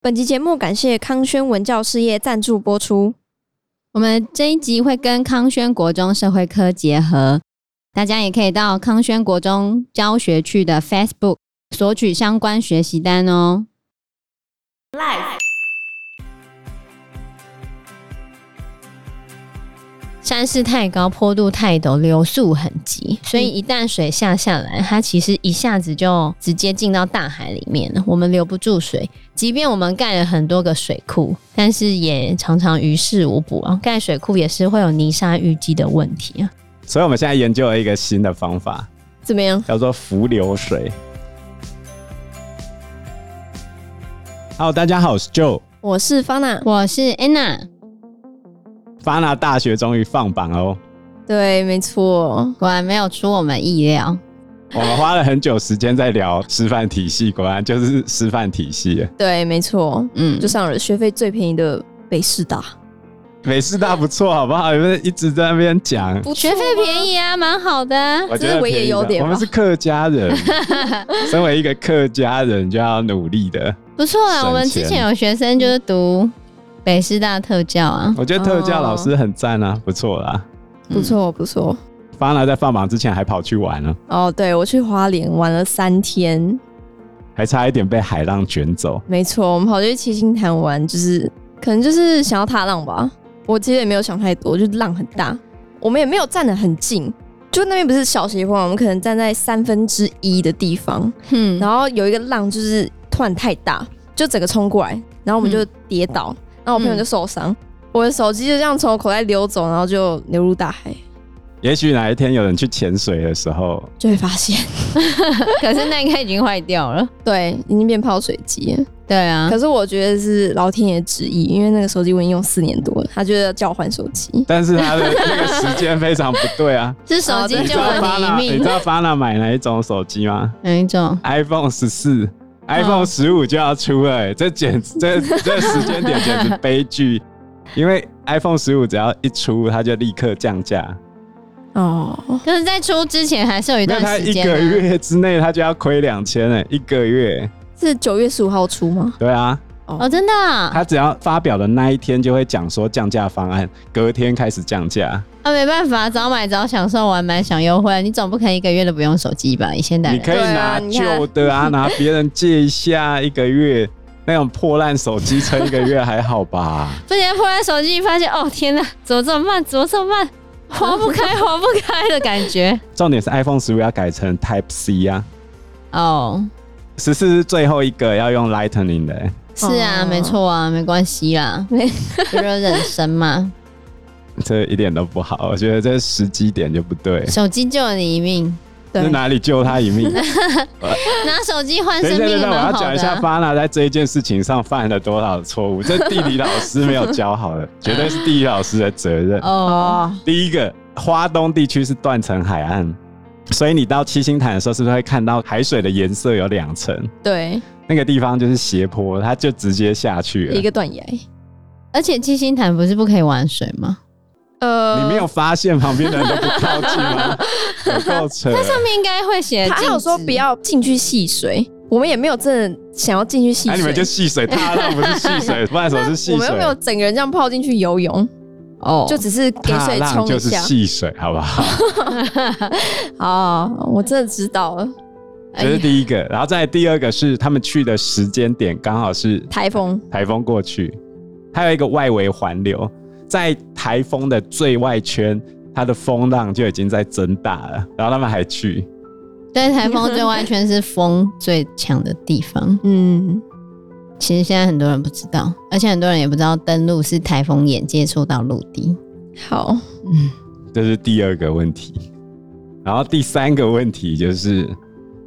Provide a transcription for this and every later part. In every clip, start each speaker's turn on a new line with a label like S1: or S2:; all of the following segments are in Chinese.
S1: 本集节目感谢康轩文教事业赞助播出。
S2: 我们这一集会跟康轩国中社会科结合，大家也可以到康轩国中教学区的 Facebook 索取相关学习单哦。
S3: 山势太高，坡度太陡，流速很急，所
S1: 嗯
S3: 以一旦水下下来，它其实一下子就直接进到大海里面了。我们留不住水，即便我们盖了很多个水库，但是也常常于事无补啊。盖水库也是会有泥沙淤积的问题啊。
S4: 所以我们现在研究了一个新的方法，
S3: 怎么样？
S4: 叫做浮流水。Hello，大家好，我是 Joe。
S1: 我是方娜，
S2: 我是 Anna，
S4: 巴拿大学终于放榜哦，
S1: 对，没错，
S2: 果然没有出我们意料。
S4: 我们花了很久时间在聊师范体系，果然就是师范体系耶。
S1: 对，没错，
S2: 嗯
S1: 就，上了学费最便宜的北师大，
S4: 美师大不错，好不好？你们一直在那边讲，
S1: 不
S2: 学费便宜啊，蛮好的啊。
S4: 我觉
S1: 这
S4: 得
S1: 是唯一的
S4: 便宜的
S1: 优点吧
S4: 我们是客 家人，身为一个客家人就要努力的。
S2: 不错
S4: 省
S2: 啦，
S4: 钱
S2: 我们之前有学生就是读北师大特教啊，
S4: 我觉得特教老师很赞啊，不错啦。
S1: 不错，不错。
S4: 巴拿在放榜之前还跑去玩了、
S1: 哦，对我去花莲玩了三天，
S4: 还差一点被海浪卷走。
S1: 没错，我们跑去七星潭玩，就是可能就是想要踏浪吧。我其实也没有想太多，就是浪很大，我们也没有站得很近，就那边不是小斜坡嘛，我们可能站在三分之一的地方，
S2: 嗯，
S1: 然后有一个浪就是突然太大，就整个冲过来，然后我们就跌
S2: 嗯
S1: 倒，然后我朋友就受伤，我的手机就这样从我口袋溜走，然后就流入大海，
S4: 也许哪一天有人去潜水的时候，
S1: 就会发现，
S2: 可是那应该已经坏掉了。
S1: 对，已经变泡水机了。
S2: 对啊，
S1: 可是我觉得是老天爷旨意，因为那个手机我已经用四年多了，他觉得叫我换手机。
S4: 但是他的 那个时间非常不对啊。
S2: 是手机
S4: 你知
S2: 救
S4: 道
S2: 了你
S4: Fana
S2: 一
S4: 你知
S2: 命。
S4: 道 Fana 买哪一种手机吗
S2: 哪一种？
S4: ？iPhone 十
S2: 哦
S4: 四、iPhone 十五就要出了、欸，这简直这这时间点简直悲剧，因为 iPhone 十五只要一出，它就立刻降价，
S1: 哦，
S2: 可是，在出之前还是有一
S4: 那
S2: 段
S4: 它
S2: 时
S4: 一
S2: 间、
S4: 个
S2: 啊。
S4: 月之内它就要亏两千哎，一个月，
S1: 是九月十五号出 吗？
S4: 对啊，
S2: 哦，真的啊，
S4: 它只要发表的那一天就会讲说降价方案，隔天开始降价。
S2: 啊没办法，早买早享受，晚买享优惠。你总不可能一个月都不用手机吧？以现代
S4: 你
S2: 人
S4: 可以
S1: 对啊
S4: 拿
S1: 你看
S4: 旧的啊，拿别人借一下一个月，那种破烂手机撑一个月还好吧？
S2: 不然忽然手机一发现，哦天哪，怎么这么慢？怎么这么 慢？划不开，划不开的感觉。
S4: 重点是 iPhone 十五要改成 Type C 啊，
S2: 哦，
S4: 十四是最后一个要用 Lightning 的欸、
S2: 是啊，
S1: 哦
S2: 没错啊，没关系啦，就是人生 嘛，
S4: 这一点都不好，我觉得这时机点就不对。
S2: 手机救了你一命，
S1: 对
S4: 是，哪里救他一命？
S2: 拿手机换
S4: 等一
S2: 生
S4: 下，等
S2: 命也
S4: 一下，我要
S2: 蛮好
S4: 讲一
S2: 的
S4: 下
S2: 啊、
S4: 巴娜在这一件事情上犯了多少错误。这地理老师没有教好的，绝对是地理老师的责任。
S2: 哦，
S1: 哦，
S4: 第一个，花东地区是断层海岸，所以你到七星潭的时候，是不是会看到海水的颜色有两层？
S1: 对，
S4: 那个地方就是斜坡，它就直接下去了。
S1: 一个断崖。
S2: 而且七星潭不是不可以玩水吗？
S1: 呃
S4: 你没有发现旁边的人都不靠近 吗？有够扯！
S2: 上面应该会写禁止，
S1: 他还有说不要进去戏水，我们也没有真的想要进去戏
S4: 那、
S1: 水。
S4: 哎啊你们就戏水踏浪，不是戏 水，不然什么是戏
S1: 我们又没有
S4: 水？
S1: 整个人这样泡进去游泳，
S2: 哦，
S1: 就只是给
S4: 踏
S1: 水
S4: 浪
S1: 冲
S4: 就
S1: 一
S4: 是
S1: 下。
S4: 戏水，好不好？
S1: 啊、我真的知道了，
S2: 哎
S4: 这是第一个，然后再来第二个是他们去的时间点刚好是
S1: 台风
S4: 台风过去，还有一个外围环流，在台风的最外圈，它的风浪就已经在增大了，然后他们还去，
S2: 对，台风最外圈是风最强的地方。
S1: 嗯，
S2: 其实现在很多人不知道，而且很多人也不知道登陆是台风眼接触到陆地。
S1: 好，
S2: 嗯，
S4: 这是第二个问题。然后第三个问题就是，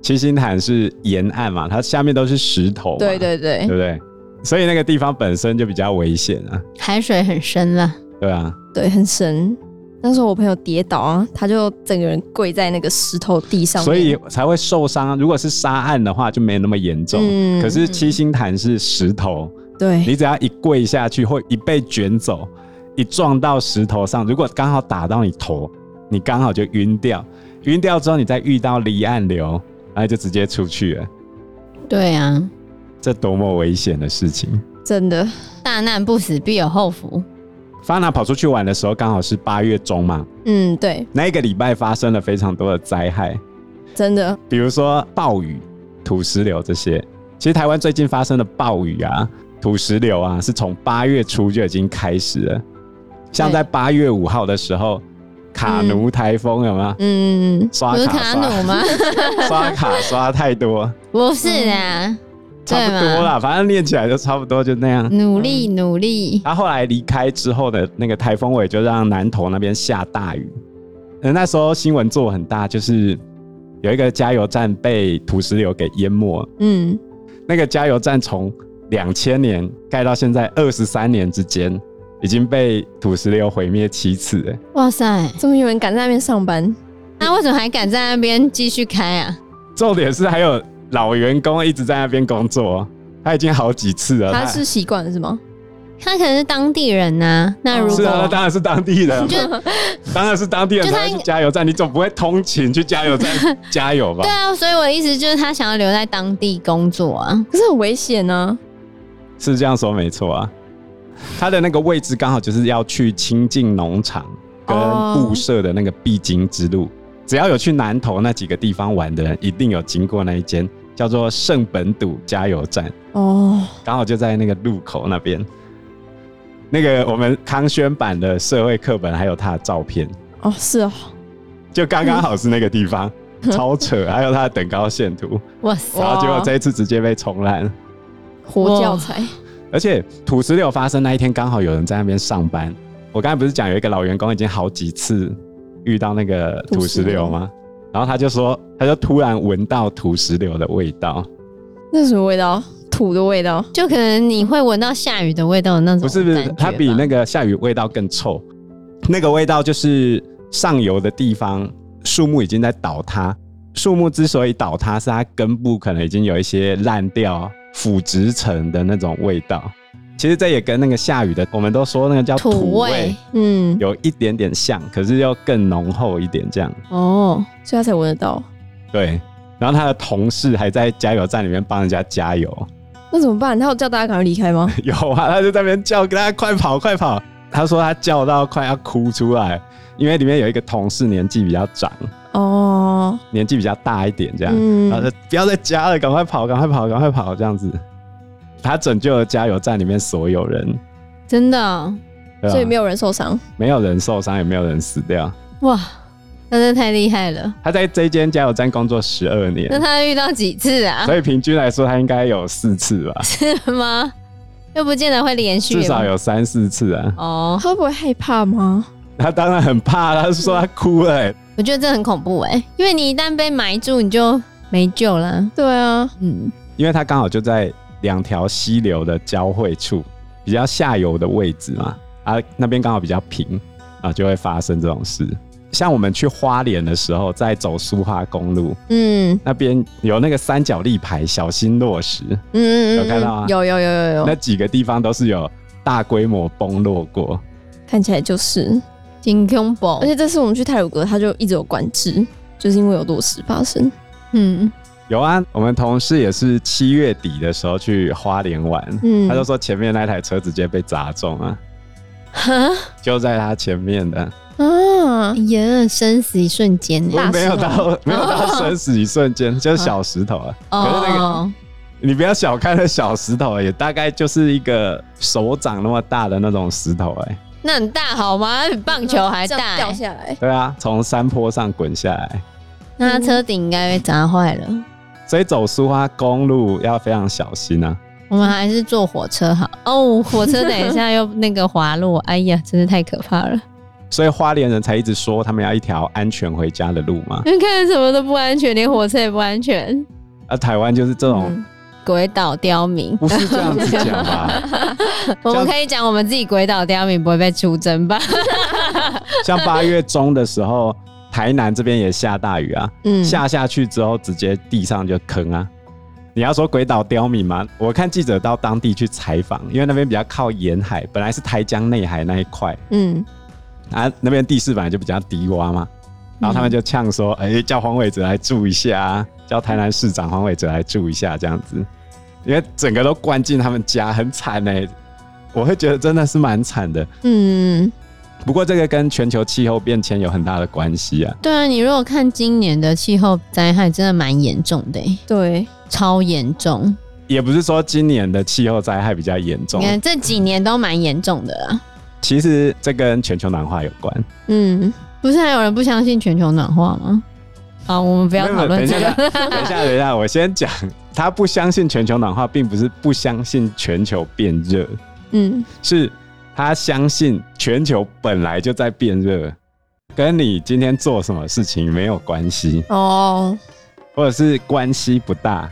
S4: 七星潭是沿岸嘛，它下面都是石头嘛，
S1: 对对对
S4: 对，不对？所以那个地方本身就比较危险啊，
S2: 海水很深啦，
S4: 对啊，
S1: 对，很神。那时候我朋友跌倒啊，他就整个人跪在那个石头地上面，
S4: 所以才会受伤啊。如果是沙岸的话，就没那么严重。
S1: 嗯
S4: 可是七星潭是石头，
S1: 对，
S4: 你只要一跪下去，或一被卷走，一撞到石头上，如果刚好打到你头，你刚好就晕掉。晕掉之后，你再遇到离岸流，然后就直接出去了。
S2: 对啊，
S4: 这多么危险的事情！
S1: 真的，
S3: 大难不死必有后福。
S4: 发娜跑出去玩的时候，刚好是八月中嘛，
S1: 嗯，对，
S4: 那一个礼拜发生了非常多的灾害，
S1: 真的，
S4: 比如说暴雨、土石流这些。其实台湾最近发生的暴雨啊、土石流啊，是从八月初就已经开始了。像在八月五号的时候，卡奴台风有没有？
S1: 嗯，
S4: 刷
S3: 不是
S4: 卡
S3: 卡
S4: 刷
S3: 努吗？
S4: 刷卡刷太多，
S3: 不是啊，
S4: 嗯差
S3: 对
S4: 不
S3: 嘛嗯
S4: 多啦，嗯反正念起来就差不多就那样。
S2: 努力努力，
S4: 他后来离开之后的那个台风尾就让南投那边下大雨。呃，那时候新闻做很大，就是有一个加油站被土石流给淹没。
S1: 嗯，
S4: 那个加油站从两千年盖到现在二十三年之间，已经被土石流毁灭七次了。
S3: 哇塞，
S1: 怎么有人敢在那边上班？
S3: 那为什么还敢在那边继续开啊？
S4: 重点是还有老员工一直在那边工作，他已经好几次了。啊
S1: 他是习惯了是吗？
S3: 他可能是当地人呐、那如
S4: 是啊，那
S3: 果
S4: 当然是当地人，
S3: 就
S4: 当然是当地人
S3: 就他
S4: 才会去加油站。你总不会通勤去加油 站加油吧
S3: 对？啊，所以我的意思就是他想要留在当地工作啊。
S1: 可是很危险啊呢、
S4: 是这样说没错啊。他的那个位置刚好就是要去亲近农场跟
S1: 哦
S4: 布社的那个必经之路。只要有去南投那几个地方玩的人，一定有经过那一间叫做圣本笃加油站，
S1: 哦，
S4: 刚好就在那个路口那边。那个我们康轩版的社会课本还有他的照片，
S1: 哦，是哦，
S4: 就刚刚好是那个地方，超扯。还有他的等高线图，
S3: 哇塞，
S4: 然后结果
S1: 哇
S4: 这一次直接被冲烂。
S1: 活教材，
S4: 而且土石流发生那一天，刚好有人在那边上班。我刚才不是讲有一个老员工已经好几次遇到那个土石流吗？然后他就说，他就突然闻到土石流的味道，
S1: 那是什么味道？土的味
S4: 哦
S1: 道，
S3: 就可能你会闻到下雨的味道的那种
S4: 不
S3: 感
S4: 是
S3: 觉
S4: 不
S3: 吧，
S4: 是，它比那个下雨味道更臭。那个味道就是上游的地方树木已经在倒塌，树木之所以倒塌，是它根部可能已经有一些烂掉、腐殖层的那种味道。其实这也跟那个下雨的，我们都说那个叫
S3: 土
S4: 土味
S3: 味
S1: 嗯，
S4: 有一点点像，可是又更浓厚一点这样。
S3: 哦，
S1: 所以他才闻得到。
S4: 对，然后他的同事还在加油站里面帮人家加油，
S1: 那怎么办？他有叫大家赶快离开吗？
S4: 有啊，他就在那边叫大家快跑快跑。他说他叫到快要哭出来，因为里面有一个同事年纪比较长，
S1: 哦，
S4: 年纪比较大一点这样，
S1: 嗯
S4: 然后就不要再加了，赶快跑赶快跑赶快跑这样子。他拯救了加油站里面所有人，
S3: 真的哦、
S4: 对吧啊
S1: 所以没有人受伤。
S4: 没有人受伤，也没有人死掉。
S3: 哇，真的太厉害了。
S4: 他在这间加油站工作十二年，
S3: 那他遇到几次啊？
S4: 所以平均来说，他应该有四次吧，
S3: 是 吗？又不见得会连续，
S4: 至少有三四次啊。
S3: 哦。
S1: 他会不会害怕吗？
S4: 他当然很怕，他说他哭了、欸。
S3: 我觉得这很恐怖哎、因为你一旦被埋住，你就没救了。
S1: 对啊，
S3: 嗯，
S4: 因为他刚好就在两条溪流的交汇处，比较下游的位置嘛，啊，那边刚好比较平啊，就会发生这种事。像我们去花莲的时候，在走苏花公路
S1: 嗯
S4: 那边有那个三角立牌，小心落石，
S1: 嗯嗯，
S4: 有
S1: 嗯
S4: 看到吗
S1: 有有有有有
S4: 那，几个地方都是有大规模崩落过。
S1: 看起来就是。
S3: 金恐怖
S1: 而，且这次我们去泰鲁阁，它就一直有管制，就是因为有落石发生。
S3: 嗯，
S4: 有啊，我们同事也是七月底的时候去花莲玩，
S1: 嗯
S4: 他就说前面那台车直接被砸中啊，
S3: 哈，
S4: 就在他前面的。
S1: 啊，
S3: 耶，哎生死一瞬间欸呢、
S1: 大
S4: 没有
S1: 石头
S4: 到没有到生死一瞬间，就是小石头啊。可是那个
S3: 哦，
S4: 你不要小看那小石头，啊也大概就是一个手掌那么大的那种石头哎、
S3: 那很大好吗？比棒球还
S1: 这样
S3: 大、
S1: 掉
S3: 欸，
S1: 下来，
S4: 对啊，从山坡上滚下来，
S3: 那他车顶应该被砸坏了。
S4: 所以走苏花公路要非常小心啊。
S3: 我们还是坐火车好哦，火车等一下又那个滑落，哎呀，真是太可怕了！
S4: 所以花莲人才一直说他们要一条安全回家的路嘛。
S3: 因为看什么都不安全，连火车也不安全，
S4: 啊，台湾就是这种，
S1: 嗯
S3: 鬼岛 刁民。
S4: 不是这样子讲吧？
S3: 我们可以讲我们自己鬼岛刁民不会被出 征吧？
S4: 像八月中的时候，台南这边也下大雨啊，
S1: 嗯，
S4: 下下去之后，直接地上就坑啊！你要说鬼岛刁民吗？我看记者到当地去采访，因为那边比较靠沿海，本来是台江内海那一块
S1: 嗯，
S4: 啊，那边地势本来就比较低洼嘛，然后他们就呛说：“哎、叫黄伟哲来住一下、啊，叫台南市长黄伟哲来住一下，这样子。”因为整个都灌进他们家，很惨哎、我会觉得真的是蛮惨的。
S1: 嗯，
S4: 不过这个跟全球气候变迁有很大的关系啊。
S3: 对啊，你如果看今年的气候灾害，真的蛮严重的、欸，
S1: 对，
S3: 超严重。
S4: 也不是说今年的气候灾害比较严重
S3: 你，看这几年都蛮严重的啊啦。
S4: 其实这跟全球暖化有关。
S1: 嗯，
S3: 不是还有人不相信全球暖化吗？好，我们不
S4: 不
S3: 要讨论这
S4: 等一下，
S3: 个。
S4: 等一下，等一下，我先讲，他不相信全球暖化，并不是不相信全球变热，
S1: 嗯，
S4: 是他相信全球本来就在变热，跟你今天做什么事情没有关系，
S1: 哦，
S4: 或者是关系不大。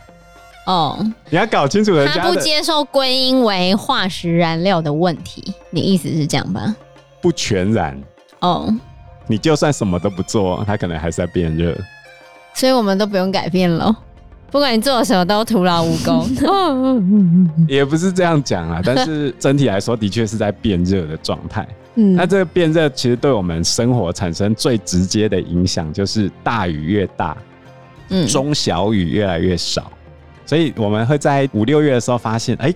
S3: 哦，
S4: 你要搞清楚人
S3: 他
S4: 家
S3: 不
S4: 的
S3: 接受归因为化石燃料的问题，你意思是这样吧？
S4: 不全然，
S3: 哦，
S4: 你就算什么都不做，它可能还是在变热。
S3: 所以我们都不用改变了，不管你做了什么都徒劳无功。
S4: 也不是这样讲 啊，但是整体来说，的确是在变热的状态。
S1: 嗯，
S4: 那这个变热其实对我们生活产生最直接的影响，就是大雨越大，
S3: 嗯，
S4: 中小雨越来越少，所以我们会在五六月的时候发现，哎、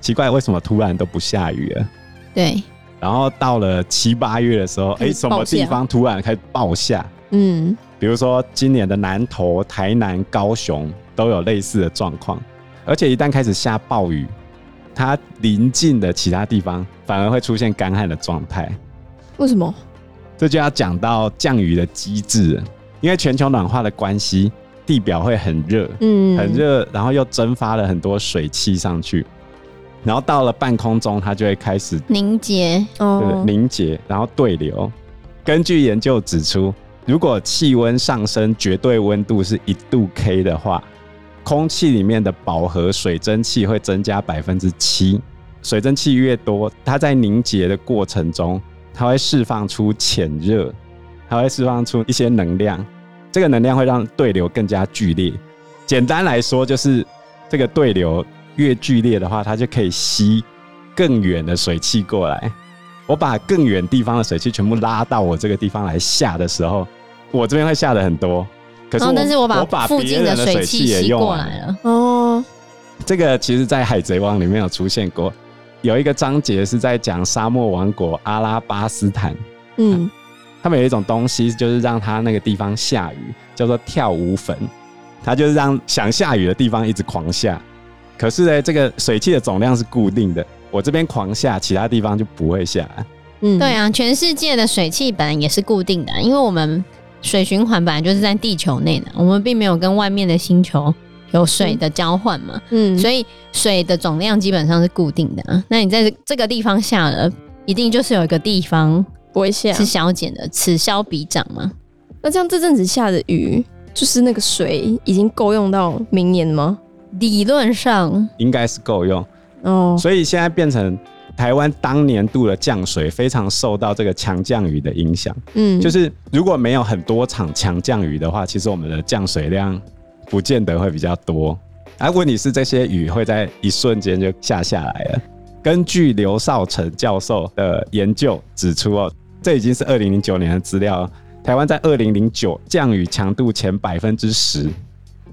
S4: 奇怪，为什么突然都不下雨了？
S3: 对，
S4: 然后到了七八月的时候，
S1: 开
S4: 哎、
S1: 始
S4: 什
S1: 暴
S4: 么
S1: 下
S4: 地方突然开始暴下？
S1: 嗯，
S4: 比如说今年的南投、台南、高雄都有类似的状况，而且一旦开始下暴雨，它临近的其他地方反而会出现干旱的状态。
S1: 为什么？
S4: 这就要讲到降雨的机制了，因为全球暖化的关系，地表会很热，
S1: 嗯，
S4: 很，热，然后又蒸发了很多水汽上去，然后到了半空中，它就会开始
S3: 凝结，
S4: 对
S1: 哦，
S4: 凝结，然后对流。根据研究指出，如果气温上升绝对温度是一度 K 的话，空气里面的饱和水蒸气会增加百分之七。水蒸气越多，它在凝结的过程中，它会释放出潜热，它会释放出一些能量。这个能量会让对流更加剧烈。简单来说，就是这个对流越剧烈的话，它就可以吸更远的水汽过来。我把更远地方的水汽全部拉到我这个地方来下的时候，我这边会下的很多。可是
S3: 然
S4: 我、
S3: 后哦但是我
S4: 把
S3: 把附
S4: 别
S3: 近
S4: 人的
S3: 水
S4: 汽
S3: 汽
S4: 也
S3: 吸
S4: 用
S3: 过
S4: 完
S3: 来了。
S1: 哦，
S4: 这个其实，在《海贼王》里面有出现过，有一个章节是在讲沙漠王国阿拉巴斯坦，
S1: 嗯，
S4: 他们有一种东西，就是让它那个地方下雨，叫做跳舞粉，它就是让想下雨的地方一直狂下。可是呢，这个水汽的总量是固定的，我这边狂下，其他地方就不会下。
S1: 嗯，
S3: 对，啊，全世界的水汽本来也是固定的啊、因为我们水循环本来就是在地球内的，我们并没有跟外面的星球有水的交换嘛，
S1: 嗯，
S3: 所以水的总量基本上是固定的、啊。那你在这个地方下了，一定就是有一个地方
S1: 不会下
S3: 是。消减的，此消彼长嘛。
S1: 那这样这阵子下的雨，就是那个水已经够用到明年吗？
S3: 理论上，
S4: 应该是够用。
S1: 哦，
S4: 所以现在变成台湾当年度的降水非常受到这个强降雨的影响，
S1: 嗯，
S4: 就是如果没有很多场强降雨的话，其实我们的降水量不见得会比较多。而问题是这些雨会在一瞬间就下下来了。根据刘少成教授的研究指出哦，这已经是二零零九年的资料了。台湾在二零零九降雨强度前百分之十，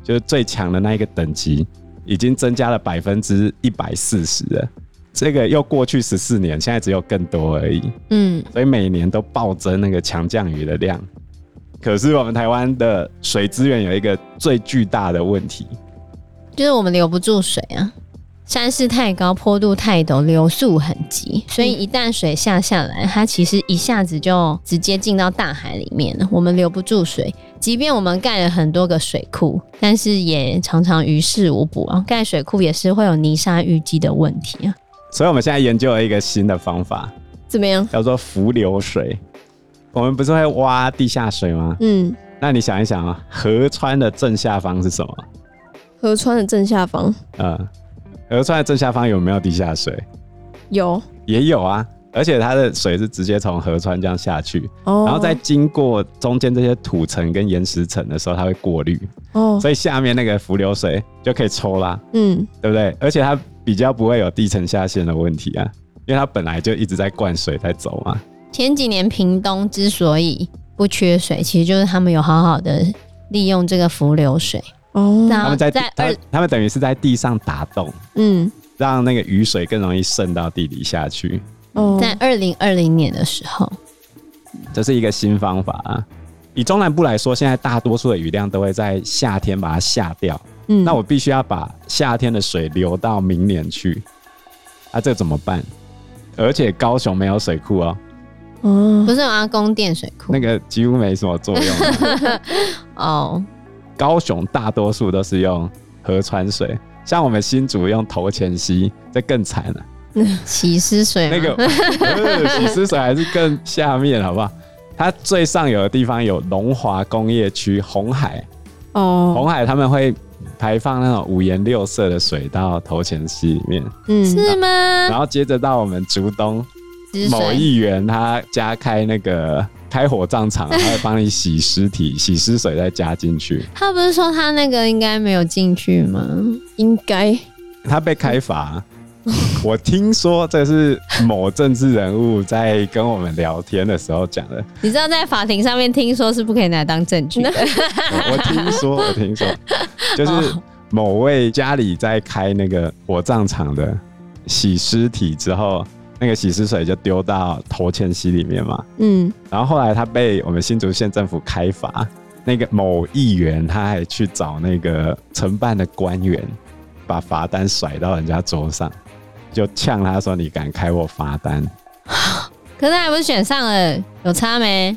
S4: 就是最强的那一个等级，已经增加了百分之一百四十了。这个又过去十四年，现在只有更多而已。
S3: 嗯，
S4: 所以每年都暴增那个强降雨的量。可是我们台湾的水资源有一个最巨大的问题，
S3: 就是我们留不住水啊，山势太高，坡度太陡，流速很急，
S4: 嗯
S3: 所以一旦水下下来，它其实一下子就直接进到大海里面了。我们留不住水，即便我们盖了很多个水库，但是也常常于事无补啊。盖水库也是会有泥沙淤积的问题啊。
S4: 所以我们现在研究了一个新的方法，
S1: 怎么样？
S4: 叫做浮流水。我们不是会挖地下水吗？
S1: 嗯，
S4: 那你想一想啊，河川的正下方是什么？
S1: 河川的正下方
S4: 嗯，河川的正下方有没有地下水？
S1: 有
S4: 也有啊，而且它的水是直接从河川这样下去，
S1: 哦，
S4: 然后再经过中间这些土层跟岩石层的时候，它会过滤，
S1: 哦，
S4: 所以下面那个浮流水就可以抽啦，
S1: 嗯，
S4: 对不对？而且它比较不会有地层下陷的问题啊，因为它本来就一直在灌水在走嘛。
S3: 前几年屏东之所以不缺水，其实就是他们有好好的利用这个浮流水。
S1: 哦
S4: 嗯
S3: 然
S4: 他
S3: 后
S4: 们在地
S3: 啊在
S4: 他
S3: 二
S4: 们他们等于是在地上打洞，
S1: 嗯，
S4: 让那个雨水更容易渗到地底下去，
S1: 哦，
S3: 在二零二零年的时候，
S4: 嗯这是一个新方法、啊。以中南部来说，现在大多数的雨量都会在夏天把它下掉，
S1: 嗯
S4: 那我必须要把夏天的水留到明年去，啊，这怎么办？而且高雄没有水库哦，
S1: 哦
S3: 不是有阿公店水库
S4: 那个几乎没什么作用啊、
S3: 哦，
S4: 高雄大多数都是用河川水，像我们新竹用头前溪，这更惨了、
S3: 起司水吗
S4: 那个 呃洗湿水还是更下面，好不好？它最上游的地方有龙华工业区、红海，
S1: 哦，
S4: 红海他们会排放那种五颜六色的水到头前溪里面，
S1: 嗯，
S3: 是吗？
S4: 然后接着到我们竹东
S3: 汁
S4: 某
S3: 水
S4: 议员他家开那个开火葬场，他会帮你洗尸体，洗尸水再加进去。
S3: 他不是说他那个应该没有进去吗？
S1: 应该
S4: 他被开罚。我听说这是某政治人物在跟我们聊天的时候讲的。
S3: 你知道在法庭上面听说是不可以拿来当证据的，
S4: 我我听说，我听说，就是某位家里在开那个火葬场的洗尸体之后，那个洗尸水就丢到头前溪里面嘛。
S1: 嗯，
S4: 然后后来他被我们新竹县政府开罚，那个某议员他还去找那个承办的官员，把罚单甩到人家桌上，就呛他说：“你敢开我罚单
S3: 可是还不是选上了，有差没？？”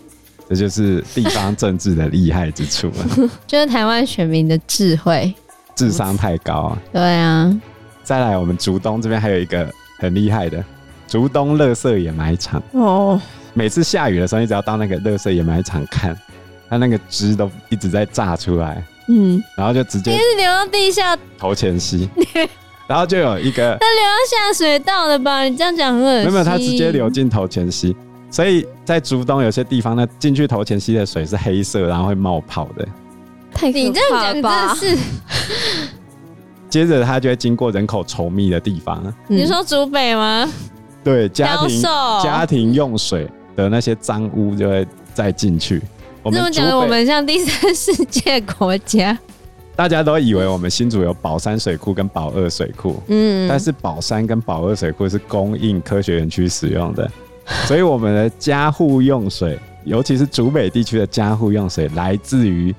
S4: 这就是地方政治的厉害之处了，
S3: 就是台湾选民的智慧，
S4: 智商太高啊！
S3: 对啊，
S4: 再来，我们竹东这边还有一个很厉害的竹东乐色掩埋场，
S1: 哦，
S4: 每次下雨的时候，你只要到那个乐色掩埋场看，它那个汁都一直在炸出来，
S1: 嗯，
S4: 然后就直接
S3: 一直流到地下，啊流
S4: 头前 溪，然后就有一个
S3: 到下水道了吧？你这样讲很恶
S4: 没
S3: 心。
S4: 有没有，它直接流进头前溪，所以在竹东有些地方呢，进去头前溪的水是黑色，然后会冒泡的。
S1: 太
S3: 你这样讲真的
S1: 是
S3: 是，
S4: 接着它就会经过人口稠密的地方，
S1: 嗯
S3: 你说竹北吗？
S4: 对家庭
S3: 教授
S4: 家庭用水的那些脏污就会再进去。我
S3: 这么
S4: 们竹
S3: 讲，我
S4: 北
S3: 们像第三世界国 家，
S4: 大家都以为我们新竹有宝山水库跟宝二水库，
S1: 嗯
S4: 但是宝山跟宝二水库是供应科学园区使用的， 所以我们的家户用水，尤其是竹北地区的家户用水，来自于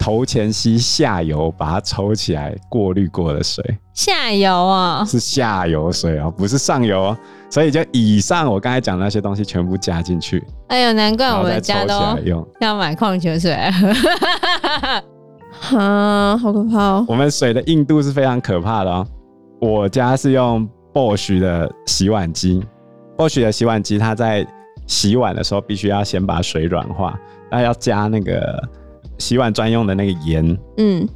S4: 头前溪下游把它抽起来过滤过的水，
S3: 下游哦，
S4: 是下游水哦，不是上游哦。所以就以上我刚才讲的那些东西全部加进去，
S3: 哎呦，难怪
S4: 然
S3: 我
S4: 后再
S3: 们
S4: 抽
S3: 家
S4: 起
S3: 都
S4: 来用。
S3: 要买矿泉水来喝。
S1: 哈，好可怕哦，
S4: 我们水的硬度是非常可怕的哦。我家是用 Bosch 的洗碗机，Bosch 的洗碗机它在洗碗的时候必须要先把水软化，那要加那个洗碗专用的那个盐。
S1: 嗯，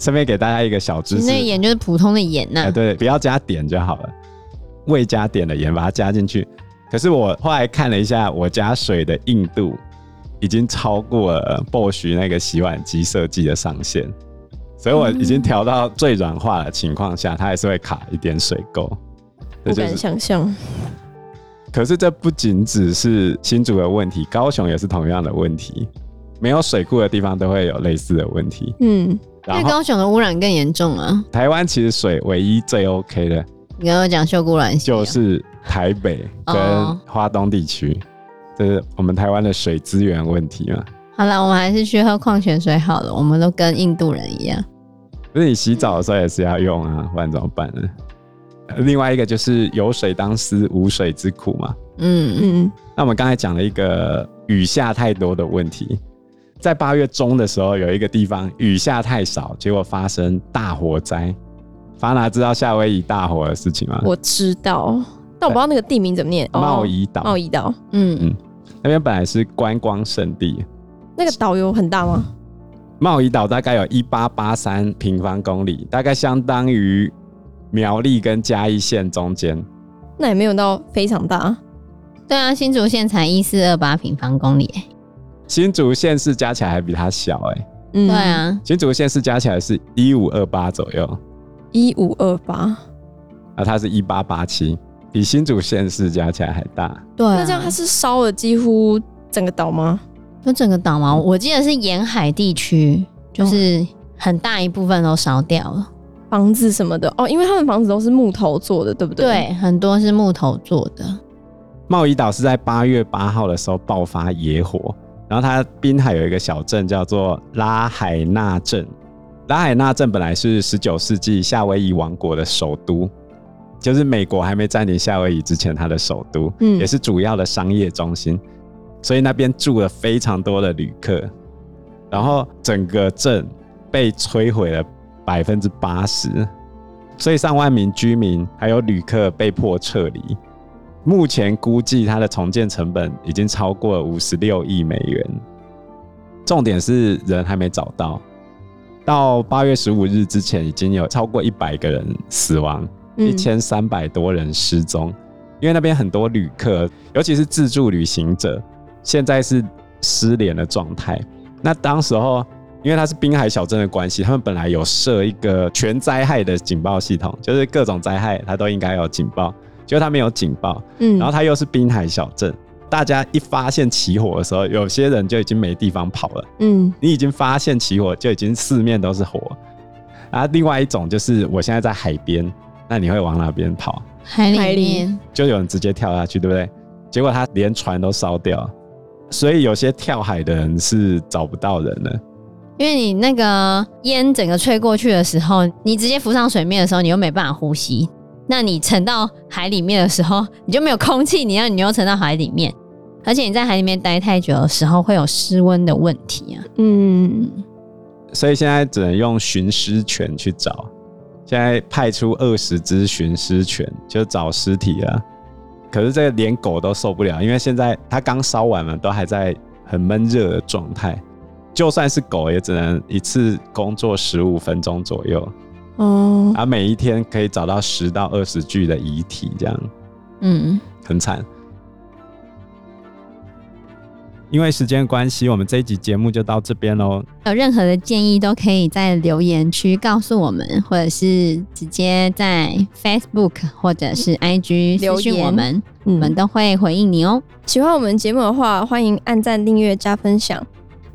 S4: 顺便给大家一个小知识，
S3: 那盐就是普通的盐呐、
S4: 哎，对，不要加碘就好了，未加碘的盐把它加进去。可是我后来看了一下，我家水的硬度已经超过了 Bosch 那个洗碗机设计的上限，所以我已经调到最软化的情况下，它还是会卡一点水垢。这
S1: 不
S4: 就
S1: 敢
S4: 是，
S1: 想象，
S4: 可是这不仅只是新竹的问题，高雄也是同样的问题。没有水库的地方都会有类似的问题。
S1: 嗯，
S3: 因
S4: 然
S3: 为
S4: 后
S3: 高雄的污染更严重啊！
S4: 台湾其实水唯一最 OK 的
S3: 你刚刚讲秀姑峦溪啊，
S4: 就是台北跟
S3: 哦
S4: 花东地区，这是我们台湾的水资源问题嘛？
S3: 好了，我们还是去喝矿泉水好了。我们都跟印度人一样，
S4: 可是你洗澡的时候也是要用啊，不然怎么办呢？呃另外一个就是有水当思无水之苦嘛。
S3: 嗯，
S1: 嗯，
S4: 那我们刚才讲了一个雨下太多的问题，在八月中的时候，有一个地方雨下太少，结果发生大火灾。法拿知道夏威夷大火的事情吗？
S1: 我知道，但我不知道那个地名怎么念，哦
S4: 贸易岛
S1: 贸易岛，
S3: 嗯
S4: 那边本来是观光胜地，
S1: 那个岛有很大吗？
S4: 贸易岛大概有一八八三平方公里，大概相当于苗栗跟嘉义县中间。
S1: 那也没有到非常大，
S3: 对啊，新竹县才一四二八平方公里、欸
S4: 新竹县市加起来还比它小哎、
S1: 嗯，
S3: 对，啊，
S4: 新竹县市加起来是一五二八左右，
S1: 一五二八，
S4: 而它是一八八七，比新竹县市加起来还大。
S3: 对啊，
S1: 那这样它是烧了几乎整个岛吗？
S3: 就整个岛嘛，我记得是沿海地区，就是很大一部分都烧掉了。
S1: 房子什么的哦，因为他们房子都是木头做的，对不对？，
S3: 对，很多是木头做的。
S4: 贸易岛是在八月八号的时候爆发野火，然后它滨海有一个小镇叫做拉海纳镇。拉海纳镇本来是十九世纪夏威夷王国的首都，就是美国还没占领夏威夷之前，它的首都，
S1: 嗯
S4: 也是主要的商业中心，所以那边住了非常多的旅客，然后整个镇被摧毁了百分之八十，所以上万名居民还有旅客被迫撤离。目前估计它的重建成本已经超过五十六亿美元。重点是人还没找到，到八月十五日之前，已经有超过一百个人死亡，一
S1: 嗯，
S4: 千三百多人失踪。因为那边很多旅客，尤其是自助旅行者，现在是失联的状态。那当时候，因为它是滨海小镇的关系，他们本来有设一个全灾害的警报系统，就是各种灾害它都应该有警报，结果它没有警报，
S1: 嗯，
S4: 然后它又是滨海小镇，大家一发现起火的时候，有些人就已经没地方跑了。
S1: 嗯，
S4: 你已经发现起火，就已经四面都是火。啊，另外一种就是我现在在海边，那你会往哪边跑？
S3: 海里
S1: 海里
S3: 面
S4: 就有人直接跳下去，对不对？结果他连船都烧掉，所以有些跳海的人是找不到人了。
S3: 因为你那个烟整个吹过去的时候，你直接浮上水面的时候，你又没办法呼吸。那你沉到海里面的时候，你就没有空气，你要你又沉到海里面，而且你在海里面待太久的时候，会有失温的问题啊。
S1: 嗯，
S4: 所以现在只能用寻尸犬去找，现在派出二十只寻尸犬就找尸体了。可是这个连狗都受不了，因为现在它刚烧完嘛，都还在很闷热的状态。就算是狗，也只能一次工作十五分钟左右，
S1: 哦，
S4: 而每一天可以找到十到二十具的遗体，这样
S3: 嗯，
S4: 很惨。因为时间关系，我们这一集节目就到这边喽。
S2: 有任何的建议都可以在留言区告诉我们，或者是直接在 Facebook 或者是 IG
S1: 嗯留
S2: 私讯
S1: 言
S2: 我们，
S1: 嗯
S2: 我们都会回应你哦。
S1: 喜欢我们节目的话，欢迎按赞、订阅、加分享。